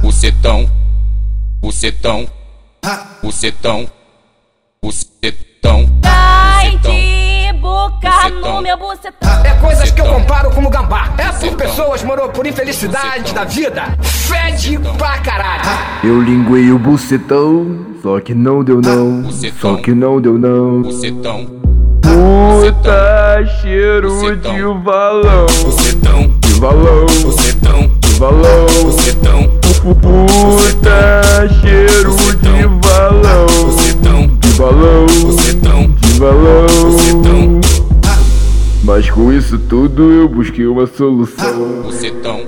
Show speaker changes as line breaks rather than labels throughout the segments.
bucetão, bucetão, bucetão, bucetão.
Vai
Bucetão.
de boca Tá no
Bucetão.
meu bucetão.
É coisas que eu
Bucetão.
comparo como gambá. É por
Bucetão.
pessoas, moro, por infelicidade
Bucetão.
da vida. Fede
Bucetão.
pra caralho.
Eu linguei o bucetão, só que não deu não,
Bucetão.
só que não deu não.
Bucetão,
Puta cheiro
Bucetão.
de valão,
bucetão,
de valão,
bucetão,
de valão.
bucetão,
Puta cheiro de valão,
bucetão,
de valão,
bucetão,
de valão.
Bucetão.
Mas com isso tudo eu busquei uma solução.
bucetão,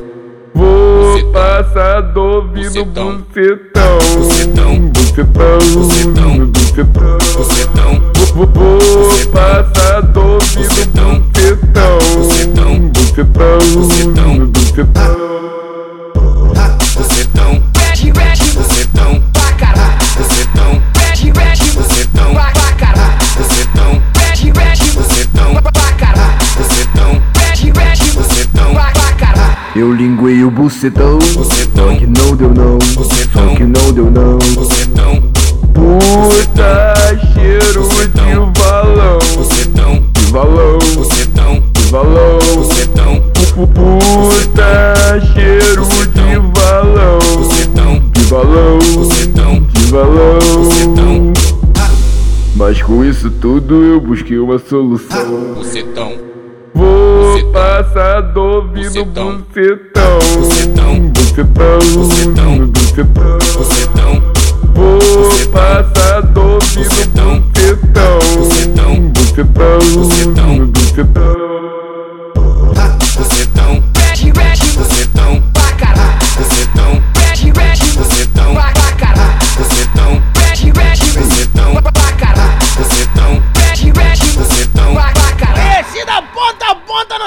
Vou
Bucetão.
passar dove no
Bucetão.
bucetão.
Bucetão.
Bucetão.
Bucetão.
Bucetão.
bucetão,
Vou- Vou passar dove no
Bucetão.
bucetão.
Bucetão.
Bucetão.
Bucetão.
Bucetão.
bucetão,
Fede, fede
bucetão,
pra caralho.
bucetão,
Fede, fede
Bucetão.
pra pra caralho.
bucetão,
Fede, fede
bucetão,
pra pra caralho.
bucetão,
Fede, fede
Bucetão.
pra pra caralho.
Eu linguei o bucetão.
Bucetão.
Só que não deu não.
Bucetão.
Só que não deu não.
bucetão,
Puta cheiro
Bucetão.
de valão.
bucetão,
De valão.
bucetão,
De valão.
bucetão,
Puta cheiro de valão,
bucetão,
de valão,
bucetão,
de valão.
Bucetão.
Mas com isso tudo eu busquei uma solução.
bucetão,
Vou
Bucetão.
passar dove no
Bucetão.
bucetão,
Bucetão.
bucetão,
Bucetão.
bucetão.
bucetão,
Vou
Bucetão.
passar dove no
Bucetão.
bucetão,
Bucetão.
bucetão,
Bucetão.
bucetão.
bucetão,
Fede, fede
bucetão,
pra caralho.
bucetão,
Fede, fede
bucetão,
pra pra caralho.
bucetão,
Fede, fede
bucetão,
pra pra caralho.
bucetão,
Fede, fede
bucetão.
pra pra caralho.
Conheci da ponta a ponta no